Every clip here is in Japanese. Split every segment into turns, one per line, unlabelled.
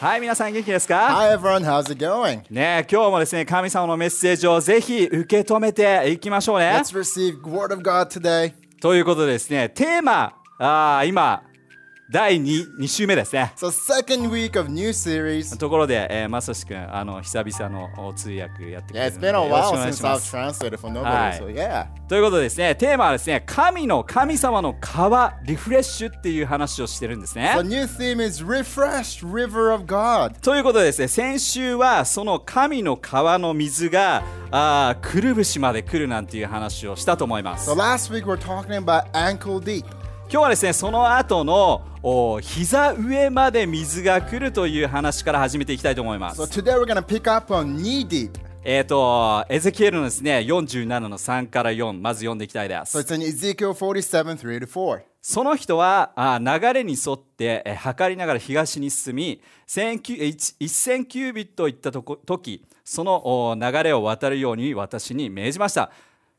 はい皆さん元気ですか
Hi everyone, how's it going?
ねえ今日もですね神様のメッセージをぜひ受け止めていきましょうね
Let's receive Word of God today.
ということでですねテーマあー今第 2, 2週目ですね
So second week of new series.
ところで、えー、まさしくんあの久々のお通訳やってくれ
Yeah,
る
it's
ので
been a
よろしく
while
お願い
since
しま
I've
す
translated for nobody.
はい。
So yeah.
ということでですねテーマはですね神の神様の川リフレッシュっていう話をしてるんですね
The new theme is refreshed river of God.
ということでですね先週はその神の川の水があーくるぶしまで来るなんていう話をしたと思います
So last week we're talking about ankle deep.
今日はですねその後のお膝上まで水が来るという話から始めていきたいと思いま
So
す。
today we're gonna pick up on knee deep.
えっ、とエゼキエルのですね47の3から4まず読んでいきたいで
So
す
it's。in Ezekiel 47, 3 to 4.
その人はあ流れに沿ってえ測りながら東に進み1000キュえ一1000キュービットを行ったとこ時そのお流れを渡るように私に命じました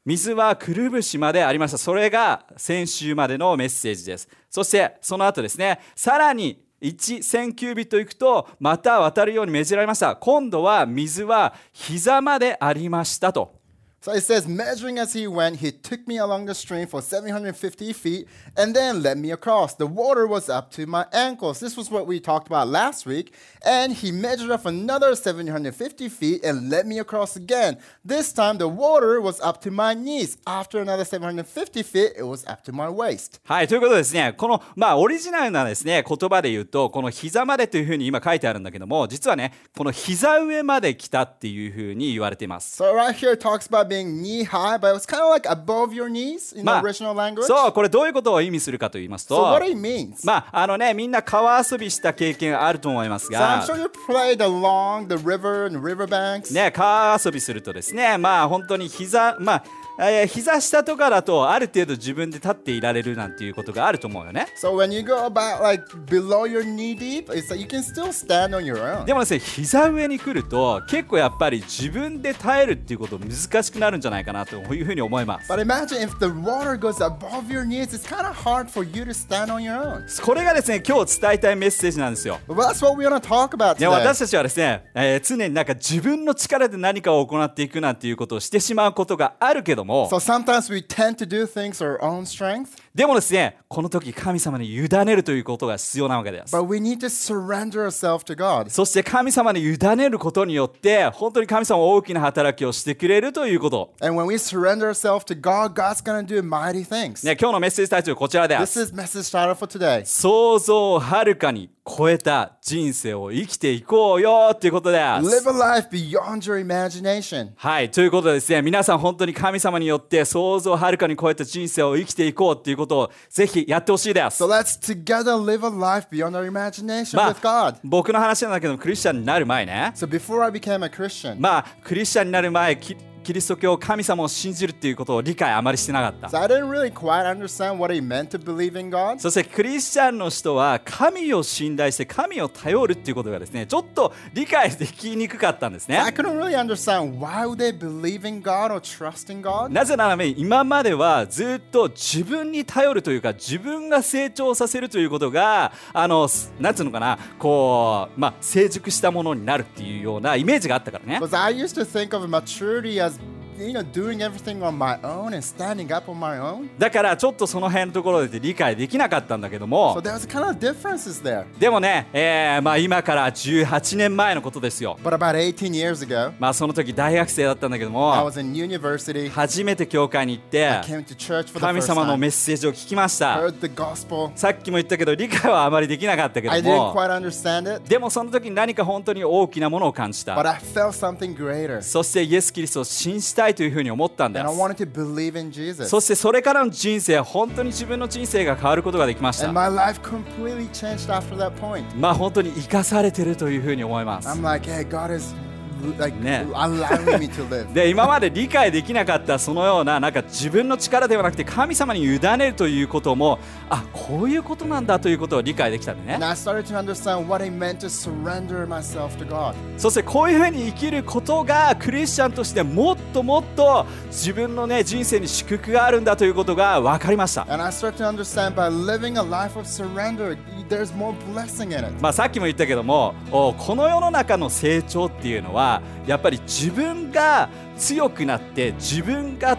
水はくるぶしまでありましたそれが先週までのメッセージですそしてその後ですねさらに1000キュービット行くとまた渡るように命じられました今度は水は膝までありましたと
So it says, measuring as he went, he took me along the stream for 750 feet and then led me across. The water was up to my ankles. This was what we talked about last week. And he measured off another 750 feet and led me across again. This time the water was up to my knees. After another 750 feet, it was up to my waist.
はい、ということでですね、この、まあ、オリジナルなですね、言葉で言うと、この膝までというふうに今書いてあるんだけども、実はね、この膝上まで来たっていうふうに言われています。
So right here it talks about being knee high, but it was kind of like above your knees in
ま
the
あ、
original language.
そう、これどういうことを意味するかと言います
so
と
what、it means.
まあ、あのね、みんな川遊びした経験あると思います
so I'm
が、
sure you played along the river and riverbanks.
ね、川遊びするとですね、まあ、本当に膝、まあ、えー膝下とかだと、ある程度自分で立っていられるなんていうことがあると思うよね。
So when you go about like below your knee deep, it's like you can still stand on your own.
でもですね膝上に来ると結構やっぱり自分で耐えるっていうこと難しくなるんじゃないかなというふうに思います。
But imagine if the water goes above your knees, it's kind of hard for you to stand on your own.
これがですね今日伝えたいメッセージなんですよ。
Well, that's what we want to talk about
ね、
today.
私たちはですね、えー常になんか自分の力で何かを行っていくなんていうことをしてしまうことがあるけども
So sometimes we tend to do things our own strength,
でもですねこの時神様に委ねるということが必要なわけです
but we need to surrender ourselves to God.
そして神様に委ねることによって本当に神様は大きな働きをしてくれるということ、
And when we surrender ourselves to God, God's going to do mighty things.
ね、今日のメッセージタイトルこちらです
This is message title for today.
想像をはるかに超えた人生を生きていこうよということで
Live
す。
a life beyond your imagination.
はい、ということでですね、皆さん本当に神様によって想像をはるかに超えた人生を生きていこうということをぜひやってほしいです
So。let's together live a life beyond our imagination
ま
with
あ
God.、
僕の話なんだけど、クリスチャンになる前ね、
So before I became a Christian,
まあ、クリスチャンになる前、キキリスト教、神様を信じるっていうことを理解あまりしてなかった。
so I didn't really quite understand what it meant to believe in God.
そしてクリスチャンの人は神を信頼して神を頼るっていうことがですね、ちょっと理解できにくかったんですね。
I couldn't really understand why would they believe in God or trust in God.
なぜならね今まではずっと自分に頼るというか自分が成長させるということがあのすなんつうのかなこう、まあ、成熟したものになるっていうようなイメージがあったからね
Because I used to think of maturity as you know doing everything on my own and standing up on my own.
だからちょっとその辺のところで理解できなかったんだけど
So
も
there was kind of differences there.
でもね、えーまあ、今から18年前のことですよ
But about 18 years ago,
まあその時大学生だったんだけど
I
も
was in university,
初めて教会に行って
came to church for the
神
first
様のメ
time,
ッセージを聞きました
heard the gospel.
さっきも言ったけど理解はあまりできなかったけ
I
ど
didn't
も
quite understand it,
でもその時に何か本当に大きなものを感じ
but
た。
I felt something greater.
そしてイエス・キリストを信じたいというふうに思ったんで
And I
す。
wanted to believe in Jesus.
そしてそれからの人生、本当に自分の人生が変わることができまし
And
た。
my life completely changed after that point.
まあ本当に生かされてるというふうに思います。
I'm like, hey, God is like
Ne.
allowing me to live.
で今まで理解できなかったそのようななんか自分の力ではなくて神様に委ねるということもあこういうことなんだということを理解できたんで
And
ね
I started to understand what it meant to surrender myself to God.
そしてこういうふうに生きることがクリスチャンとしてもっともっと自分の、ね、人生に祝福があるんだということが分かりました、
And I started to understand by living a life of surrender, there's more blessing in it.
まあ、さっきも言ったけどもおこの世の中の成長っていうのはやっぱり自分が強くなって自分が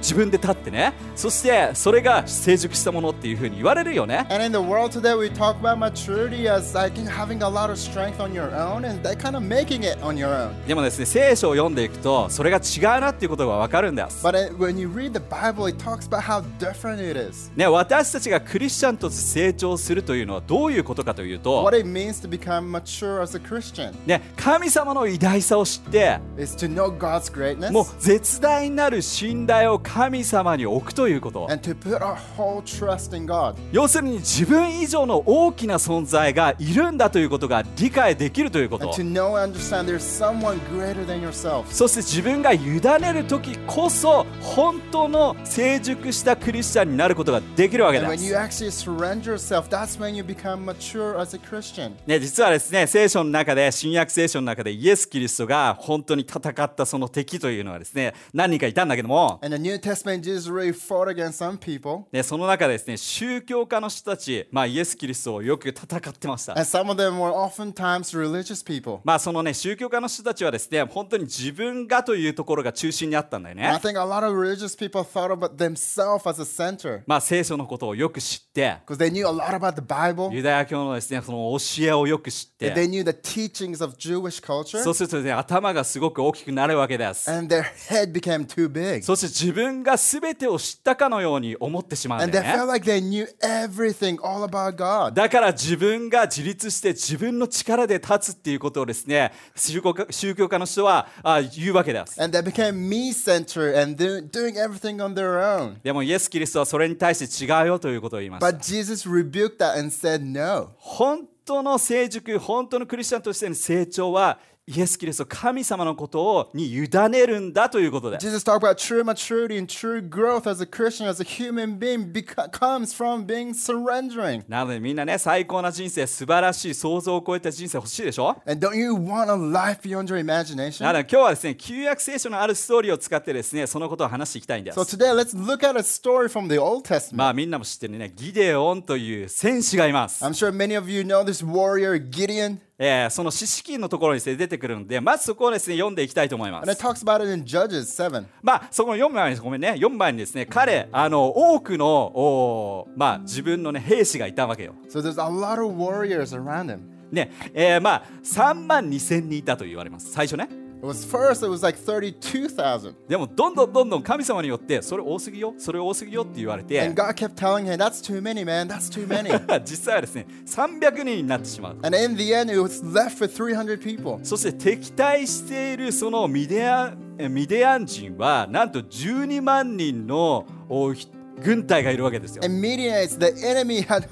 自分で立ってねそしてそれが成熟したものっていうふうに言われるよね
And in the world today, we talk about maturity as like having a lot of strength on your own and that kind of making it on your own.
でもですね聖書を読んでいくとそれが違うなっていうことが分かるんです、
But it, when you read the Bible, it talks about how different it is.
ね、私たちがクリスチャンとして成長するというのはどういうことかというと
What、it means to become mature as a Christian
ね、神様の偉大さを知って
is to know God's greatness
もう絶大なる信頼を神様に置くということ
and to put our whole trust in God.
要するに自分以上の大きな存在がいるんだということが理解できるというこ
And
と
to know and understand there's someone greater than yourself.
そして自分が委ねる時こそ本当の成熟したクリスチャンになることができるわけ
And
で
when
す
you actually surrender yourself, that's when you become mature as a Christian.
ね、実はですね聖書の中で新約聖書の中でイエス・キリストが本当に戦ったその敵というのはですね何人かいたんだけども、
And the New Testament, Jesus really fought against some people.
ね、その中でですね宗教家の人たち、まあ、イエス・キリストをよく戦ってました。
And some of them were oftentimes religious people.
まあそのね宗教家の人たちはですね本当に自分がというところが中心にあったんだよ
And I
ね。
think a lot of religious people thought about themselves as a center
まあ聖書のことをよく知って、
because they knew a lot about the Bible.
ユダヤ教のですねその教えをよく知っ
They
て、
knew the teachings of Jewish culture.
そうするとですね頭がすごく大きくなるわけです。
And their head became too big.
そして自分が全てを知ったかのように思ってしまうん
And
だ
they
よね
felt。like they knew everything all about God.
だから自分が自立して自分の力で立つっていうことをですね宗教家宗教家の人はあ言うわけです。
And they became me centered and do- doing everything on their own.
でもイエス・キリストはそれに対して違うよということを言いました。
But Jesus rebuked that and said, No.
本当の成熟、本当のクリスチャンとしての成長はイエス・キリスト、神様のことをに委ねるんだということで。
Jesus talked about true maturity and true growth as a Christian, as a human being, beco- comes from being surrendering.
なのでみんなね、最高な人生、素晴らしい、想像を超えた人生欲しいでしょ
And don't you want a life beyond your imagination?
なので今日はですね、旧約聖書のあるストーリーを使ってですね、そのことを話していきたいんです
So。today, let's look at a story from the Old
ま
Testament.
あみんなも知ってるね、ギデオンという戦士がいます。
I'm sure many of you know this warrior Gideon,
えーその四式のところにですね出てくるのでまずそこをですね読んでいきたいと思いま
and it
す。
talks about it in Judges 7.
まあそこの4枚にごめんね4枚にですね彼あの多くのおーまあ自分のね兵士がいたわけよ。
So there's a lot of warriors around him.
ねえーまあ3万2千人いたと言われます最初ね。
It was first, it was like 32,000.
でもどんどんどんどん神様によってそれ多すぎよそれ多すぎよって言われて
And God kept telling him, That's too many, man, that's too many.
実際はですね300人になってしまう。
and in the end, it was left with 300 people.
そして敵対しているそのミディアンえミディアン人はなんと12万人のおひ軍隊がいるわけですよ。
And Midianites, the enemy had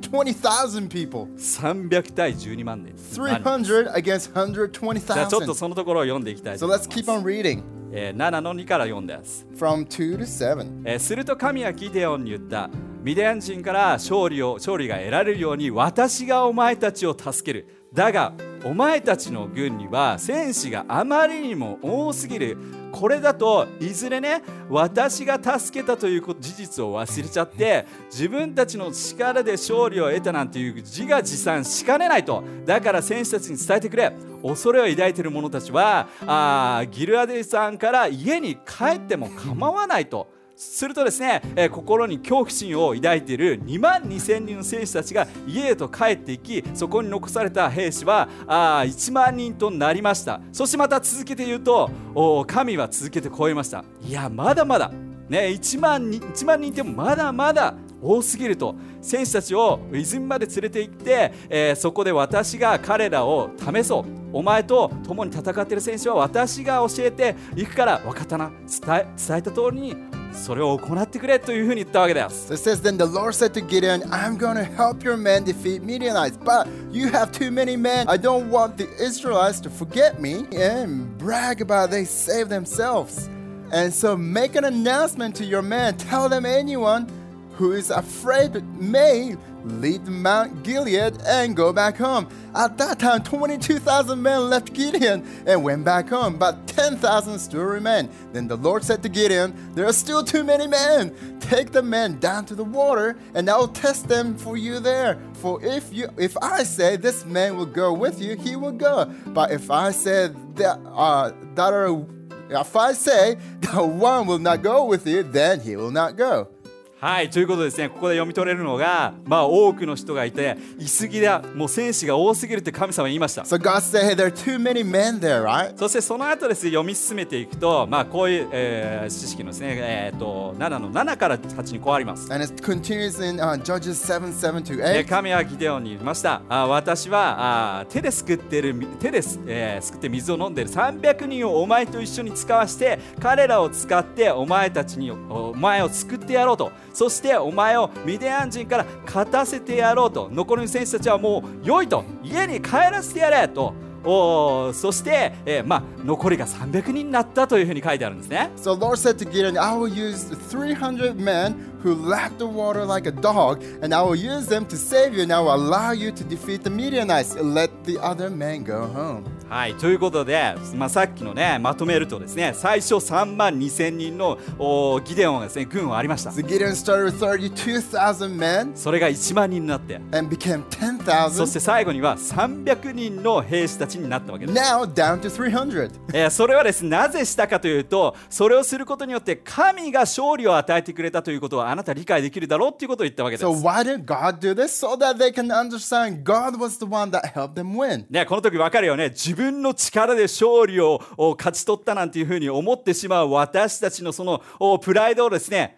120,000 people.
300対12万で
300 against
じゃあちょっと
120,000.
そのところを読んでいきたいと
So
思い
let's
ます。
keep on reading
えー7の2から読んです、
from 2 to 7.
えーすると神はギデオンに言った。ミディアン人から勝利を勝利が得られるように私がお前たちを助ける。だがお前たちの軍には戦士があまりにも多すぎる。これだといずれね私が助けたということ事実を忘れちゃって自分たちの力で勝利を得たなんていう自画自賛しかねないとだから選手たちに伝えてくれ恐れを抱いている者たちはあーギルアデさんから家に帰っても構わないと。するとですね、えー心に恐怖心を抱いている2万2000人の選手たちが家へと帰っていきそこに残された兵士はあー1万人となりましたそしてまた続けて言うとおー神は続けて超えましたいやまだまだね、1, 万人1万人ってもまだまだ多すぎると選手たちを泉まで連れて行って、えーそこで私が彼らを試そうお前と共に戦っている選手は私が教えていくから分かったな伝え伝えた通りにそれを行ってくれというふうに言ったわけです
So it says, Then the Lord said to Gideon, I'm going to help your men defeat Midianites, but you have too many men. I don't want the Israelites to forget me and brag about they saved themselves. And so make an announcement to your men. Tell them anyone who is afraid may leave Mount Gilead and go back home. At that time, 22,000 men left Gideon and went back home, but 10,000 still remained. Then the Lord said to Gideon, There are still too many men. Take the men down to the water, and I will test them for you there. For if you, if I say this man will go with you, he will go. But if I say that, uh, that are, if I say that one will not go with you, then he will not go.
はいということでですねここで読み取れるのがまあ多くの人がいていすぎだもう戦士が多すぎるって神様は言いました
So God said, hey, there are too many men there, right?
そしてその後ですね読み進めていくとまあこういう、えー知識のですねえーと7の7から8にこうあります
And it continues in uh, Judges 7 7 to
えー
8.
神はギデオンに言いましたあ私はあ手ですくってる手です、えーすくって水を飲んでる300人をお前と一緒に使わして彼らを使ってお前たちにおお前を救ってやろうとそしてお前をミディアン人から勝たせてやろうと残りの選手たちはもう良いと家に帰らせてやれとおーそして、えーまあ、残りが300人になったというふうに書いてあるんですね。
So the Lord said to Gideon, I will use 300 men who lap the water like a dog, and I will use them to save you, and I will allow you to defeat the Midianites and let the other men go home.
はいということで、まあ、さっきのねまとめるとですね最初3万2000人のおーギデオンがですね軍はありました
So Gideon started with 32,000 men
それが1万人になって
and became
そして
10,000,
最後には300人の兵士たちになったわけです、
now down to 300.
えーそれはですねなぜしたかというとそれをすることによって神が勝利を与えてくれたということをあなた理解できるだろうということを言ったわけです
So why did God do this? So that they can understand God was the one that helped them win.
ね、この時分かるよね自分の力で勝利をお勝ち取ったなんていうふうに思ってしまう私たちのそのおプライドをですね、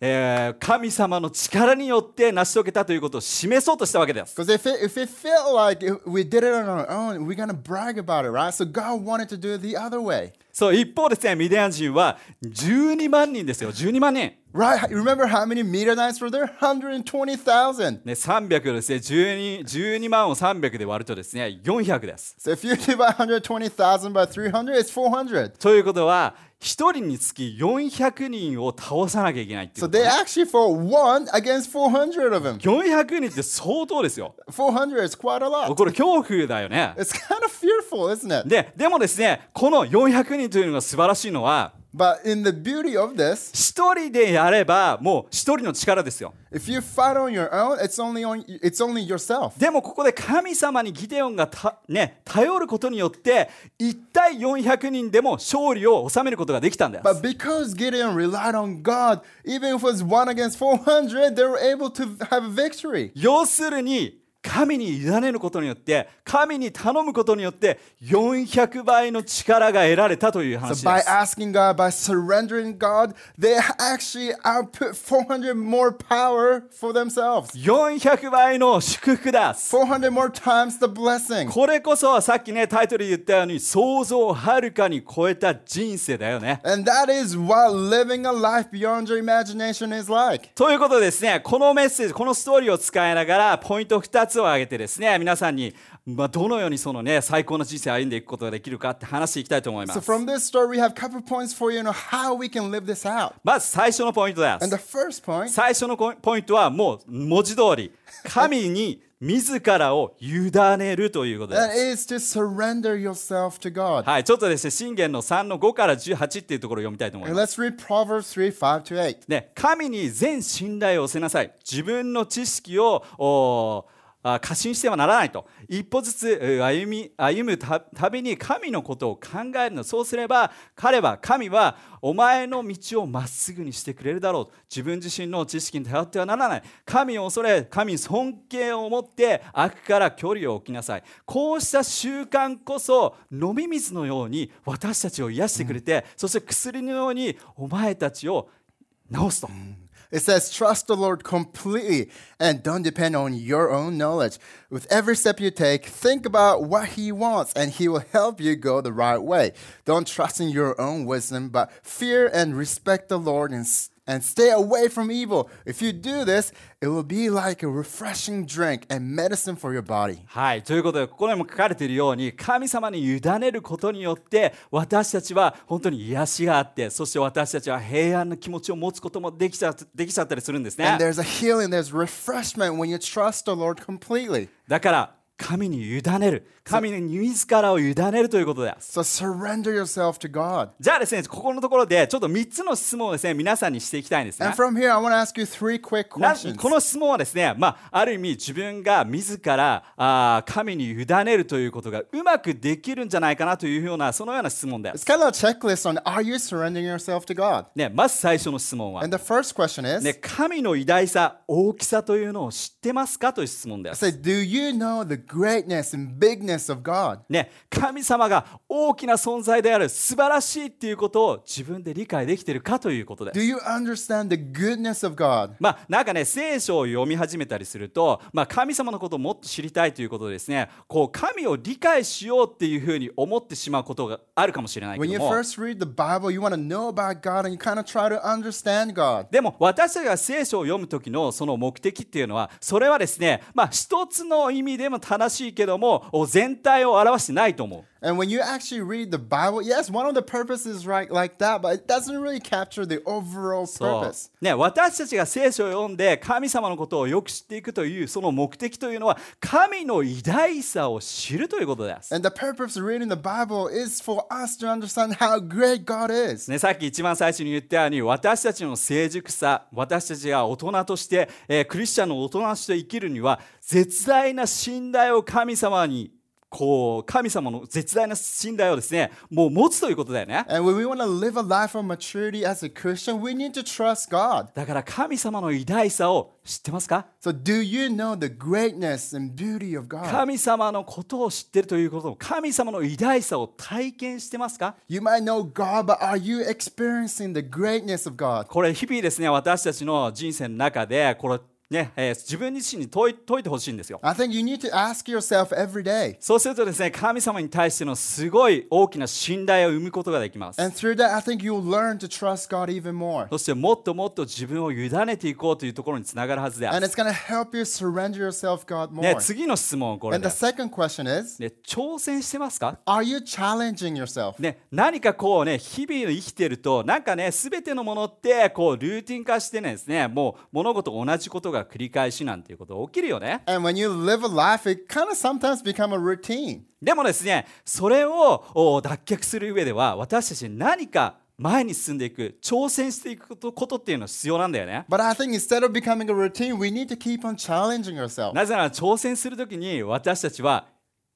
えー神様の力によって成し遂げたということを示そうとしたわけです。
Because if it, if it felt like it- we did it on our own, we're going to brag about it, right? So God wanted to do it the other way.
そう一方ですねミディアン人は12万人ですよ12万人。
Right? Remember how many Midianites were there? 120,000.
ね、300をですね 12, 12万を300で割るとですね400です。
So if you divide 120,000 by 300, it's 400.
ということは1人につき400人を倒さなきゃいけないっていう
So
こと
they actually fought one against 400 of them.
400人って相当ですよ。
400 is quite a
お
lot.
これ恐怖だよね。
It's kind of fearful, isn't it?
ででもですねこの400人というのが素晴らしいのは
But in the beauty of this,
1人でやればもう1人の力ですよ
if you fight on your own, it's only on it's only yourself.
でもここで神様にギデオンがた、ね、頼ることによって1対400人でも勝利を収めることができたんです
But because Gideon relied on God, even if it was one against 400, they were able to have a victory.
要するに神に委ねることによって神に頼むことによって400倍の力が得られたという話で
So
す
by asking God, by surrendering God, they actually output 400 more power for themselves.
400倍の祝福だ
400 more times the blessing.
これこそさっきねタイトルで言ったように想像をはるかに超えた人生だよね。
And that is what living a life beyond your imagination is like.
ということでですねこのメッセージこのストーリーを使いながらポイント2つを挙げてですね皆さんに、まあ、どのようにそのね最高の人生を歩んでいくことができるかって話していきたいと思いま
So
す。
from this story, we have a couple points for you on how we can live this out.
まず最初のポイントで
And the
す。
first point
最初のポイポイントはもう文字通り神に自らを委ねるということです
that。is to surrender yourself to God.
はい、ちょっとですね、信玄の3の5から18っていうところを読みたいと思います
And。let's read Proverbs 3 5 to 8.
ね、神に全信頼を寄せなさい自分の知識をおーあ過信してはならないと一歩ずつえー歩み歩むたたびに神のことを考えるのそうすれば彼は神はお前の道をまっすぐにしてくれるだろう自分自身の知識に頼ってはならない神を恐れ神に尊敬を持って悪から距離を置きなさいこうした習慣こそ飲み水のように私たちを癒してくれて、そして薬のようにお前たちを直すと。
It says, Trust the Lord completely and don't depend on your own knowledge. With every step you take, think about what He wants and He will help you go the right way. Don't trust in your own wisdom, but fear and respect the Lord and s- and stay away from evil. If you do this, it will be like a refreshing drink and medicine for your body.
はい、ということでここにも書かれているように神様に委ねることによって私たちは本当に癒しがあってそして私たちは平安な気持ちを持つこともできちゃできちゃったりするんです
And
ね
there's a healing, there's refreshment when you trust the Lord completely.
だから神に委ねる神に自らを委ねるということです
So surrender yourself to God.
じゃあですねここのところでちょっと3つの質問をですね皆さんにしていきたいんですね
And from here, I want to ask you three quick
な
questions.
この質問はですね、まあ、ある意味自分が自らあー神に委ねるということがうまくできるんじゃないかなというようなそのような質問で
It's
す、
kind of a checklist on are you surrendering yourself to God?
ね、まず最初の質問は
And、the first question is
ね、神の偉大さ大きさというのを知ってますかという質問で
I
す、
say, do you know the greatness and bigness of God?
ね、神様が大きな存在である素晴らしいっていうことを自分で理解できているかということです
Do you understand the goodness of God?
まあ、なんかね聖書を読み始めたりすると、まあ、神様のことをもっと知りたいということでですねこう神を理解しようっていうふうに思ってしまうことがあるかもしれないけ
When
ど
you
も
first read the Bible, you want to know about God and you kind of try to understand God.
でも私たちが聖書を読む時のその目的っていうのはそれはですねまあ一つの意味でも正しいけどもお全体を表してないと思う。
And when you actually read the Bible, yes, one of the purposes is right like that, but it doesn't really capture the overall
そう
purpose.
ね、私たちが聖書を読んで神様のことをよく知っていくというその目的というのは神の偉大さを知るということです。
And the purpose of reading the Bible is for us to understand how great God is.
ね、さっき一番最初に言ったように私たちの成熟さ私たちが大人として、えークリスチャンの大人として生きるには絶大な信頼を神様にこう神様の絶大な信頼をですねもう持つということだよね
And when we want to live a life of maturity as a Christian, we need to trust God.
だから神様の偉大さを知ってますか
So, do you know the greatness and beauty of God?
神様のことを知ってるということも神様の偉大さを体験してますか
You might know God, but are you experiencing the greatness of God?
これ日々ですね私たちの人生の中でこれね、えー自分自身に問い解いてほしいんですよ
I think you need to ask yourself every day.
そうするとですね、神様に対してのすごい大きな信頼を生むことができます。
And through that, I think you'll learn to trust God even more.
そしてもっともっと自分を委ねていこうというところにつながるはずで
And
す。
it's going to help you surrender yourself God
ね、
more.
次の質問、これ
And
で
the
す。
second question is
ね、挑戦してますか
Are you challenging yourself?
ね、何かこうね、日々生きてると、なんかね、すべてのものって、こう、ルーティン化してね、ですね、もう物事同じことが繰り返しなんていうことが起きるよね。
And when you live a life, it kind of sometimes become a routine.
でもですね、それをお脱却する上では、私たち何か前に進んでいく、挑戦していくことことっていうのは必要なんだよね。
But I think instead of becoming a routine, we need to keep on challenging ourselves.
なぜなら挑戦するときに私たちは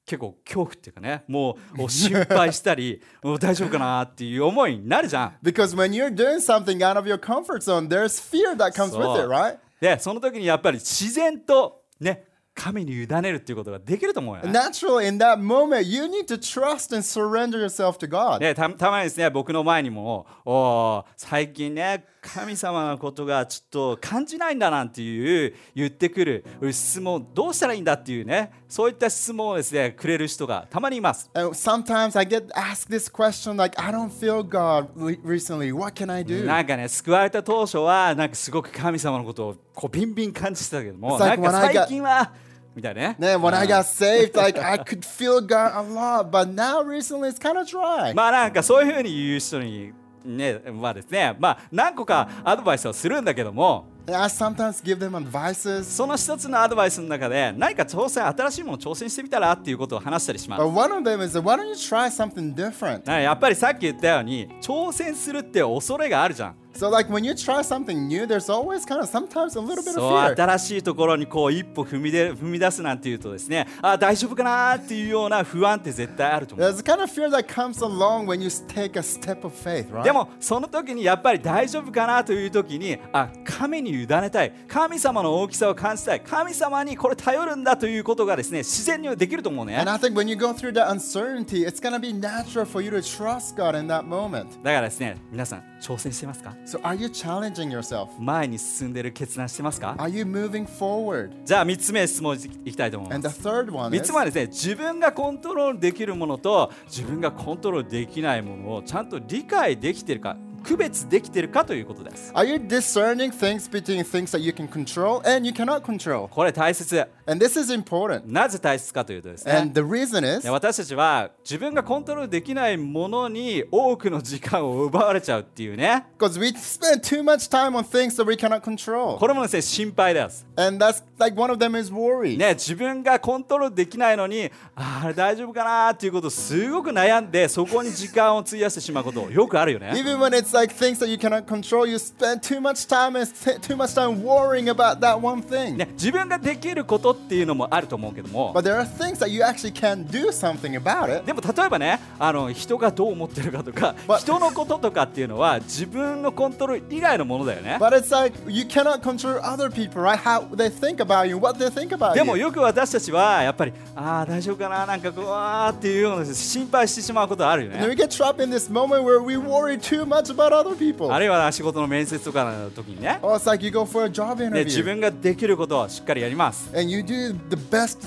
結構恐怖っていうかねもうもう心配したり もう大丈夫かなっていう思いになるじゃん。
Because when you're doing something out of your comfort zone, there's fear that comes
そ
with it,
う
right?
でその時にやっぱり自然とね神に委ねるっていうことができると思うよね。
Naturally, in that moment, you need to trust and surrender yourself to God.
でたたまにですね僕の前にもおー最近ね神様のことがちょっと感じないんだなんていう言ってくる質問どうしたらいいんだっていうねそういった質問をですねくれる人がたまにいます。
And sometimes I get asked this question like, I don't feel God re- recently. What can I do?
なんかね救われた当初はなんかすごく神様のことをこうビンビン感じてたけども
It's like
なんか
when I got-
最近はみたいなね
Then when I got saved, like I could feel God a lot, but now recently it's kind of dry.
まあなんかそういうふうに言う人にねまあですねまあ何個かアドバイスをするんだけども
And I sometimes give them advices.
その一つのアドバイスの中で何か挑戦新しいものを挑戦してみたらっていうことを話したりします
But one of them is, why don't you try something different?
なんかやっぱりさっき言ったように挑戦するって恐れがあるじゃん
So like when you try something new, there's always kind of sometimes a little bit
そう
of fear.
新しいところにこう一歩踏み出踏み出すなんていうとですねあ大丈夫かなっていうような不安って絶対あると思う
There's a kind of fear that comes along when you s- take a step of faith,
で
right?
もその時にやっぱり大丈夫かなという時にあ神に委ねたい神様の大きさを感じたい神様にこれ頼るんだということがですね自然にできると思うね
And
だ
I think when you go through that uncertainty, it's gonna be natural for you to trust God in that moment.
からですね皆さん挑戦してますか
So are you challenging yourself?
前に進んでる決断してますか
Are you moving forward?
じゃあ3つ目質問していきたいと思いま
And
す
the third one
3
is
つ目はですね自分がコントロールできるものと自分がコントロールできないものをちゃんと理解できてるか区別できてるかということです
Are you discerning things between things that you can control and you cannot control?
これ大切
And this is important.
なぜ大切かというとですね
And the reason is
で私たちは自分がコントロールできないものに多くの時間を奪われちゃうっていうね
because we spend too much time on things that we cannot control.
これもですね心配です、
And that's like one of them is worry.
ね、自分がコントロールできないのにあーあれ大丈夫かなーっていうことをすごく悩んでそこに時間を費やしてしまうことよくあるよね
Even when it's like things that you cannot control, you spend too much time and t- too much time worrying about that one thing.
ね自分ができることっていうのもあると思うけども
But there are things that you actually can do something about it.
でも例えばねあの人がどう思ってるかとか
But-
人のこととかっていうのは自分のコントロール以外のものだよね
But it's like you cannot control other people, right? How they think about you, what they think about
でも
you.
よく私たちはやっぱりああ大丈夫かななんかこうあーっていうような心配してしまうことあるよ
And
ね
we get trapped in this moment where we worry too much about other people.
あるいは仕事の面接とかの時にね
Or it's like you go for a job
ね自
interview
分ができることをしっかりやります、
and you do the best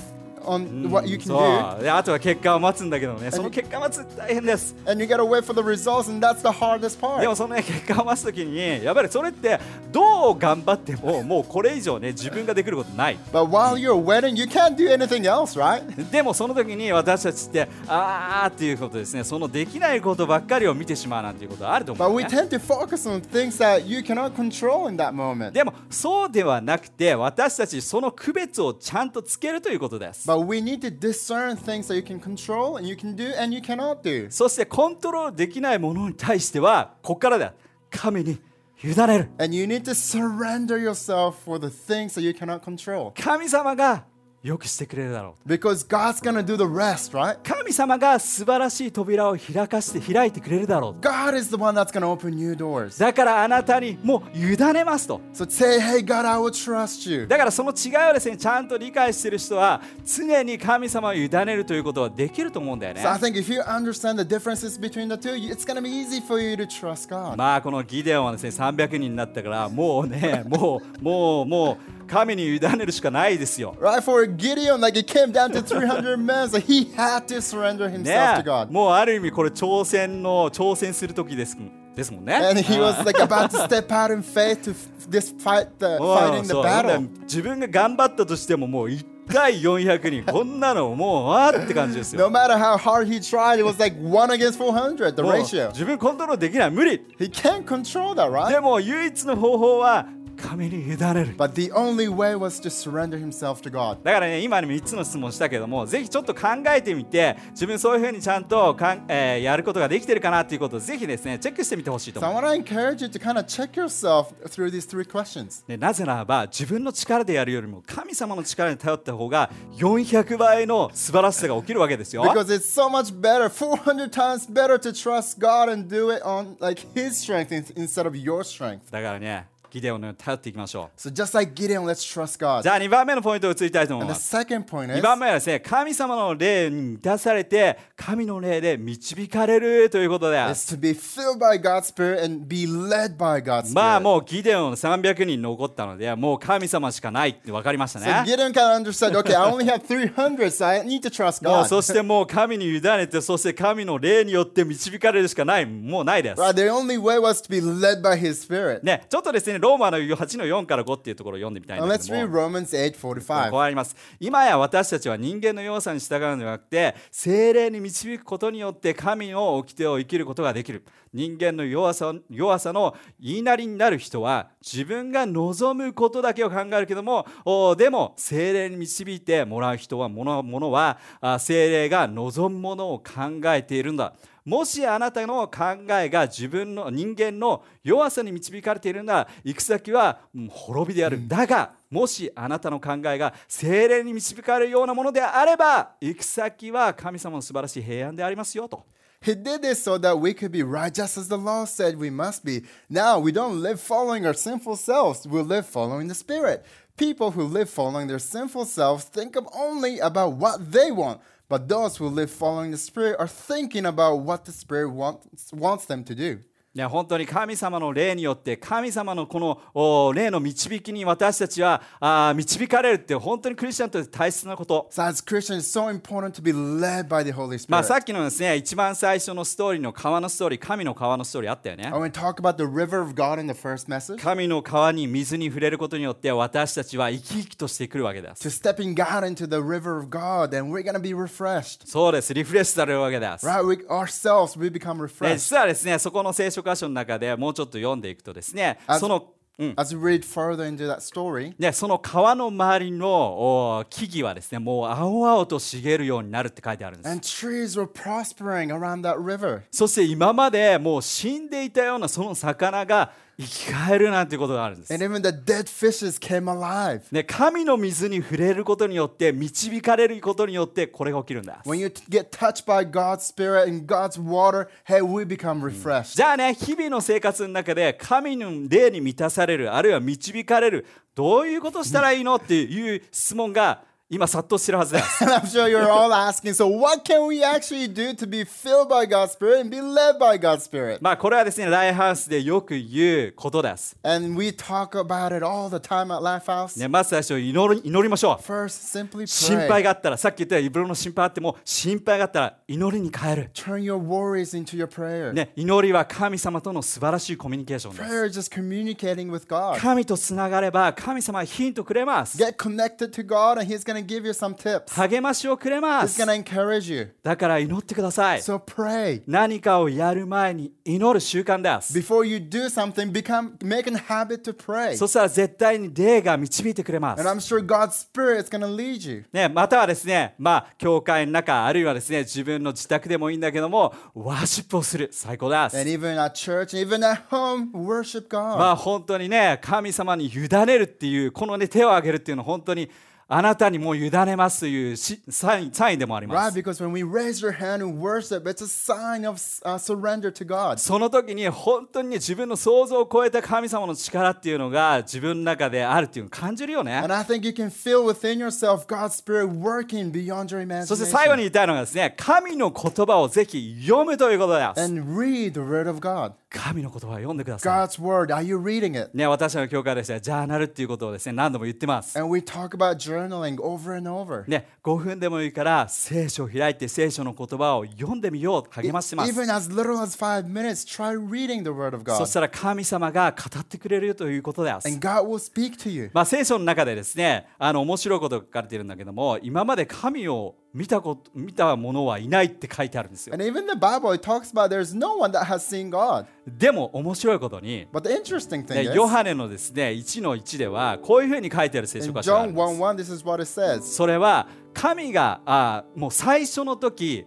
on
う
what
ん
you can
そ
do,
うであとは結果を待つんだけどねその結果待つって大変です
and you gotta wait for the results, and that's the hardest
でも
part.
その、ね、結果を待つ時にやっぱりそれってどう頑張ってももうこれ以上ね自分ができることない
But while you're waiting, you can't do anything else, right?
でもその時に私たちってあーっていうことですねそのできないことばっかりを見てしまうなんていうことはあると思
But
う、
we
ね、
tend to focus on things that you cannot control in that moment.
でもそうではなくて私たちその区別をちゃんとつけるということです
But we need to discern things that you can control and you can do and you cannot do.
そしてコントロールできないものに対してはここからだ神に委ねる
And you need to surrender yourself for the things that you cannot control.
神様がよくしてくれるだろう
Because God's gonna do the rest, right?
神様が素晴らしい扉を開かして開いてくれるだろう
God is the one that's gonna open new doors.
だからあなたにもう委ねますと
So say, hey, God, I will trust you.
だからその違いをですねちゃんと理解している人は常に神様を委ねるということはできると思うんだよね
So I think if you understand the differences between the two, you- it's gonna be easy for you to trust God.
まあこのギデオンはですね300人になったからもうねもうもうもう神に委ねるしかないですよ
Right for Gideon, like it came down to 300 men, so he had to surrender
ね
himself to God.
もうある意味これ挑戦の挑戦する時ですですもんね
And he
あ
was
あ
like about to step out in faith to f- this fight the
もう
fighting
そ
the
うだから
battle.
自分が頑張ったとしてももう1対400人こんなのもうあーって感じです
No
よ
matter how hard he tried, it was like one against 400, the
もう
ratio.
自分コントロールできない無理
He can't control that, right?
でも唯一の方法は神に委ねる
But the only way was to surrender himself to God.
だからね今ね3つの質問したけどもぜひちょっと考えてみて自分そういうふうにちゃんとかん、えーやることができてるかなっていうことをぜひですねチェックしてみてほしいと
So
思
I
う。
want to encourage you to kind of check yourself through these three questions.
ね、なぜならば自分の力でやるよりも神様の力に頼った方が400倍の素晴らしさが起きるわけですよ。
Because it's so much better, 400 times better to trust God and do it on like his strength in- instead of your strength.
だからねギデオンのように頼っていきましょ
So just like Gideon, let's trust
う。
God.
じゃあ2番目のポイントを移りたいと思い
And the
ます。
second point
2
is
番目はですね神様の霊に満たされて神の霊で導かれるということです
is。to be filled by God's Spirit and be led by God's
まあ
Spirit.
もうギデオン300人残ったのでもう神様しかないって分かりました
So
ね。
Gideon kind of understood, okay, I only have 300, so I need to trust
もう
God.
そしてもう神に委ねてそして神の霊によって導かれるしかないもうないです。
Right, the only way was to be led by his Spirit.
ね、ちょっとですねローマの8の4から5っていうところを読んでみたい
Now
んです
let's
けど
read
も。
Romans 8:45.
こうあります今や私たちは人間の要素に従うのではなくて精霊に導くことによって神の掟を生きることができる人間の弱さ弱さの言いなりになる人は自分が望むことだけを考えるけどもおーでも精霊に導いてもらう人はものものはあ精霊が望むものを考えているんだもしあなたの考えが自分の人間の弱さに導かれているなら行く先はうん滅びである。だがもしあなたの考えが精霊に導かれるようなものであれば行く先は神様の素晴らしい平安でありますよと。
He did this so that we could be right, just as the law said we must be. Now we don't live following our sinful selves, we live following the Spirit. People who live following their sinful selves think of only about what they want, but those who live following the Spirit are thinking about what the Spirit wants, wants them to do.
ねいや本当に神様の霊によって神様のこのお霊の導きに私たちはあー導かれるって本当にクリスチャンとして大切なこと。
So as Christians, it's so important to be led by the Holy Spirit.
まあ、さっきのですね一番最初のストーリーの川のストーリー神の川のストーリーあったよね
I。want to talk about the river of God in the first message.
神の川に水に触れることによって私たちは生き生きとしてくるわけです
To。stepping out into the river of God, and we're gonna be refreshed.
そうです、リフレッシュされるわけです。
Right? We ourselves we become
で
refreshed.
実はですね、そこの聖書箇所の中でもうちょっと読んでいくとですね、
あ
その、うん、
As we read further into that story,
ね、その川の周りのお木々はですね、もう青々と茂るようになるって書いてあるんです。
and trees were prospering around that river.
そして今までもう死んでいたようなその魚が生き返るなんていうことがあるんです
And。even the dead fishes came alive.
ね、神の水に触れることによって導かれることによってこれが起きるんだ。
When you t- get touched by God's Spirit and God's water, hey, we become refreshed.
じゃあね、日々の生活の中で神の霊に満たされる、あるいは導かれる、どういうことしたらいいのっていう質問が今殺到してるはずです。
And I'm sure you're all asking, so what can we actually do to be filled by God's Spirit and be led by God's Spirit?
まあこれはですね、ライフハウスでよく言うことです。
And we talk about it all the time at Lifehouse.
ね、まず最初祈り、祈りましょう。
First, simply
心配
pray.
があったら、さっき言ったようにイブロの心配あっても、心配があったら祈りに変える。
Turn your worries into your prayer.
ね、祈りは神様との素晴らしいコミュニケーションです。
Prayer is just communicating with God.
神とつながれば神様はヒントくれます。
Get connected to God, and He's going to give you some tips.
励ましをくれま
He's
す
going。to encourage you.
だから祈ってください。
So pray.
何かをやる前に祈る習慣です。
Before you do something, become make a habit to pray.
そしたら絶対に霊が導いてくれます
And。I'm sure God's Spirit is going to lead you.
ね、またはですね、まあ、教会の中、あるいはですね、自分の自宅でもいいんだけども、ワーシップをする。最高で
And
す。
even at church, even at home, worship God.
まあ、本当にね、神様に委ねるっていう、このね、手を挙げるっていうのは本当に、あなたにもう委ねますというしサインサインでもありま
Right?
す。
Because when we raise your hand in worship, it's a sign of uh, surrender to God.
その時に本当にね自分の想像を超えた神様の力っていうのが自分の中であるっていうのを感じるよね
And。I think you can feel within yourself God's Spirit working beyond your
そして最後
imagination.
に言いたいのがですね、神の言葉をぜひ読むということです。
And read the Word of God.
神の言葉を読んでくださ
God's Word, are you reading it?
い。ね、私たちの教会ではジャーナルっていうことをですね、何度も言ってます。
And we talk about journaling over and over.
ね、5分でもいいから聖書を開いて聖書の言葉を読んでみようと励ましてます。
Even as little as five minutes, try reading the Word of
そ
God.
したら神様が語ってくれるということです。
And God will speak to you.
まあ、聖書の中でですねあの面白いことが書かれているんだけども今まで神を見たこと見た者はいないって書いてあるんですよ
And even the Bible, it talks about there's no one that has seen God.
でも面白いことに
But the interesting
ね
thing is,
ヨハネのですね1の1ではこういうふうに書いてある聖書
in
箇所がある
John
んで
1
す
1, this is what it says.
それは神があもう最初の時、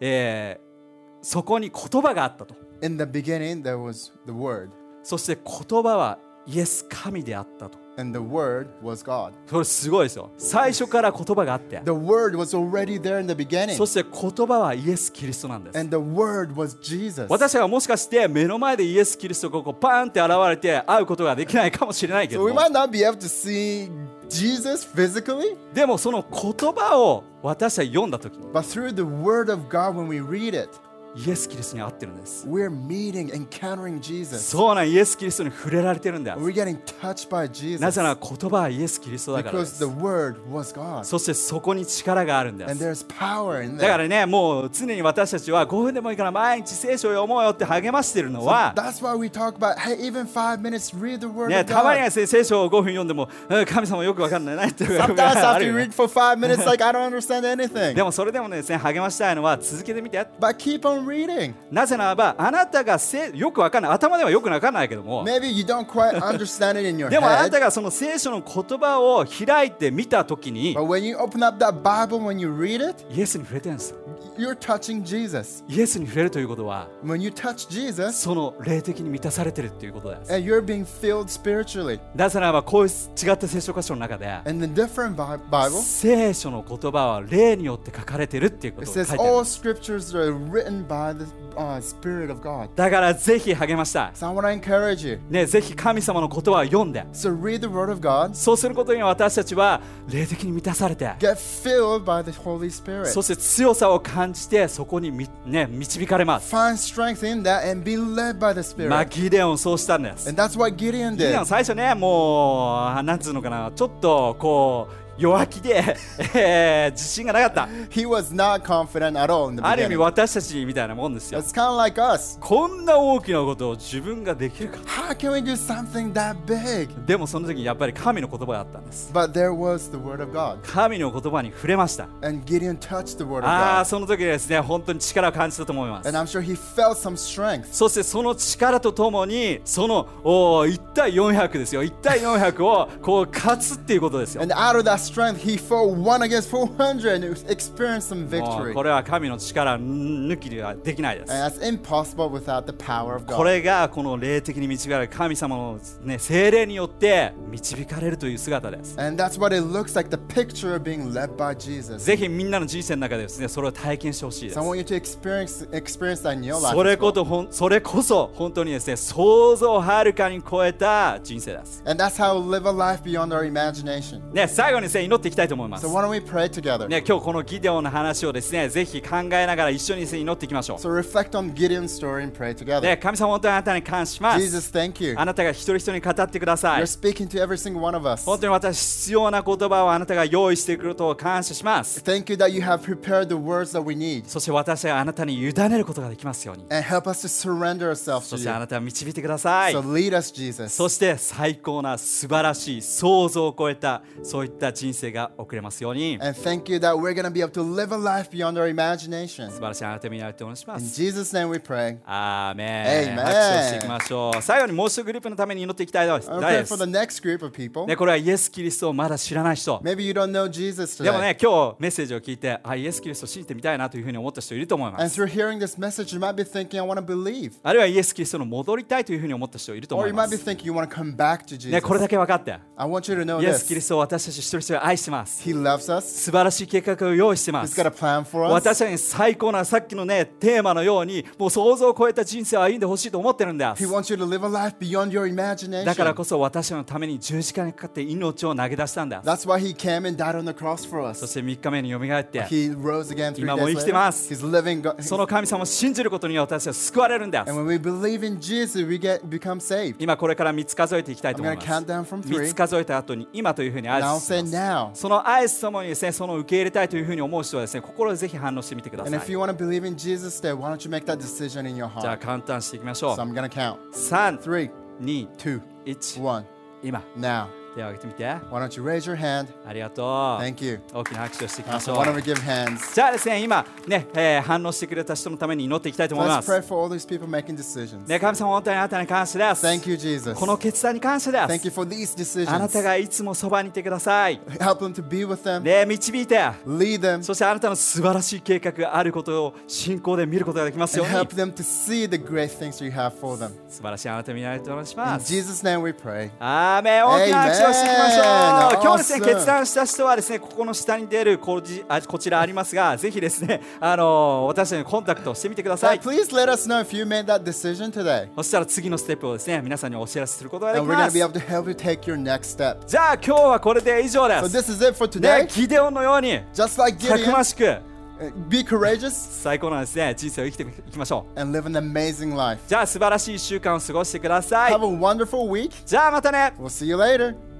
えーそこに言葉があったと
In the beginning, there was the Word,
そして言葉はイエス神であったと
and the Word was God.
それすごいですよ最初から言葉があって
The Word was already there in the beginning,
そして言葉はイエスキリストなんです
and the Word was Jesus.
私たちがもしかして目の前でイエス・キリストがこうパーンって現れて会うことができないかもしれないけ
So
ど
we
も
might not be able to see Jesus physically,
でもその言葉を私たち読んだ時に
but through the Word of God, when we read it,
イエス・キリストに会ってるんです。
we're meeting, encountering Jesus.
そうなんイエス・キリストに触れられてるんだ。
We're getting touched by
なぜなら
Jesus
言葉はイエス・キリストだからで
because
す
the。Word was God,
そしてそこに力があるんで
and
す。
there's power in
だか
there.
らね、もう常に私たちは5分でもいいから毎日聖書を読もうよって励ましてるのは、
That's why we talk about hey, even five minutes, read the word
ね、
of
たま
God.
にはですね聖書を5分読んでも、うん神様よくわかんないなっていうこと
Sometimes
があ
after
る
you
よね
read for five minutes, like I don't understand anything.
でもそれでもねですね、励ましたいのは続けてみて。
But keep on reading.
なぜならばあなたがせよくわかんない頭ではよくわかんないけども
Maybe you don't quite understand it in your
でもあなた
head.
がその聖書の言葉を開いて見た時に
But when you open up that Bible, when you read it,
イエスに触れてるんです
you're touching Jesus.
イエスに触れるということは
When you touch Jesus,
その霊的に満たされてるということです
and you're being filled spiritually.
なぜならばこういう違った聖書箇所の中で
And the different Bi- Bible,
聖書の言葉は霊によって書かれてるっていうこ
it
とを書い
says
てある
all scriptures are written by the uh, Spirit of God.
だからぜひ励ましたい。
So I want to encourage you.
ね、ぜひ神様の言葉を読んで、
So read the Word of God,
そうすることによって私たちは霊的に満たされて、
get filled by the Holy Spirit.
そして強さを感じてそこにみ、ね、導かれます。
Find strength in that and be led by the
まあ、
Spirit.
ギデオンそうしたんです。
And that's what Gideon
ギデ
did.
オン最初ね、もう、なんつうのかな、ちょっとこう、弱気で、 えー自信がなかっ
He was not confident at all in the
た。ある意味
beginning.
私たちみたいなもんですよ。
It's kind of like us.
こんな大きなことを自分ができるか。
How can we do something that big?
でもその時にやっぱり神の言葉があったんです。
But there was the Word of God.
神の言葉に触れました。
And Gideon touched the Word of
ああ、
God.
その時ですね、本当に力を感じたと思いま
And
す。
I'm sure he felt some strength.
そしてその力とともに、そのおー1対400ですよ、1対400をこう勝つっていうことですよ。
And out of that strength, he fought one against 400 and experienced some
もう
victory.
これは神の力抜きではできないです。
And that's impossible without the power of
こ
God.
れがこの霊的に導かれる神様の、ね、精霊によって導かれるという姿です。
And that's what it looks like the picture of being led by Jesus.
ぜひみんなの人生の中でですね、それを体験してほしいです
So I。want you to experience experience that in your life.
それ
as
こ
well.
とほんそれこそ本当にですね、想像をはるかに超えた人生です。
And that's how we live a life beyond our imagination.
ね、最後にですね、祈っていきたいと思います
So。why don't we pray together?
ね、今日このギデオンの話をですね、ぜひ考えながら一緒にですね祈っていきましょ
So reflect on Gideon's story and
う。
pray together.
ね、神様本当にあなたに感謝します。
Jesus, thank you.
あなたが一人一人に語ってください
You're。speaking to every single one of us.
本当に私、必要な言葉をあなたが用意してくることを感謝します。
Thank you that you have prepared the words that we need
そして私があなたに委ねることができますように。
and help us to surrender ourselves
そ
to
してあ
you.
なたを導いてください
So。lead us, Jesus.
そして最高な素晴らしい想像を超えたそういった人生が送れますように。
And thank you that we're going to be able to live a life beyond our imagination.
素晴らしいあなたになってお願いしま
In
す。
Jesus' name we pray.
アーメ
Amen
ン。拍手をしていきましょう。最後にもう一度グループのために祈っていきたいです。
I
大
pray
です
for the next group of people.
ね、これはイエス・キリストをまだ知らない人。
Maybe you don't know Jesus
でも
today.
ね、今日メッセージを聞いて、あ、イエス・キリストを信じてみたいなというふうに思った人いると思いま
And
す。
through hearing this message, you might be thinking, I want to believe.
あるいはイエス・キリストの戻りたいというふうに思った人いると
Or
思い
you
ま
might be
す。
thinking you want to come back to
ね、これ
Jesus.
だけ分かって。
I want you to know
イエス・キリ
this.
ストを私たち一人一人愛してます。
He loves us.
素晴らしい計画を用意してま
He's
す
got a。plan for
私
us.
たちに最高なさっきのね、テーマのように、もう想像を超えた人生を歩んでほしいと思ってるんで
He
す。
wants you to live a life beyond your
だから
imagination.
こそ私たちのために十字架にかかって命を投げ出したんだ。
That's why he came and died on the cross for
そ
us.
して3日目によみがえって、
He rose again three
今も
days
生きてます。
later. He's living God.
その神様を信じることによって私は救われるんです
And。when we believe in Jesus, we get become saved.
今これから3つ数えていきたいと思い
I'm gonna count down
ます。
from three.
3つ数えた後に今というふうに
And
合
I'll
図し
say
ます。
now.
その合図とともにですね、その受け入れたいというふうに思う人はですね、心でぜひ反応してみてくだ
And
さい
if。you want to believe in Jesus today, why don't you make that decision in your
じゃあ
heart?
簡単していきましょ
So
う。
I'm going to count.
3、
Three,
2、
two,
1、
one.
今、
Now,
手を挙げてみて。あ
why don't you raise your hand?
りがと
Thank you.
う。大きな拍手をしていきまし
Awesome.
ょ
Why don't we
う。
give hands?
じゃあですね、今、ね、えー反応してくれた人のために祈っていきたいと思いま
Let's
す。
pray for all these people making decisions.
ね、神様、本当にあなたに感謝です。
Thank you, Jesus.
この決断に感謝で
Thank
す。
you for these
あな
decisions.
たがいつもそばにいてください。
Help them to be with them,
ね、導いて。
lead them,
そしてあなたの素晴らしい計画があることを信仰で見ることができますよ
and
う
help
に
them to see the great things you have for them.
素晴らしいあなたを見られてお願いし
In
ます。
Jesus' name we pray.
アーメン大きな拍手をしていきましょ
Amen
う今日ですね
Awesome
決断した人はですねここの下に出るこじあこちらありますがぜひですねあの私たちにコンタクトしてみてくだ
Now,
さい
please let us know if you made that decision today.
そしたら次のステップをですね皆さんにお知らせすることができ
And we're going
ま
to be
す
able to help you take your next step.
じゃあ今日はこれで以上で
So
す
this is it for
ね
today.
ギデオンのように
Just like
たく
Gideon,
ましく
uh, be courageous
最高なですね人生を生きていきましょう
and live an amazing life.
じゃあ素晴らしい1週間を過ごしてください
Have a wonderful week.
じゃあまたね
We'll see you later.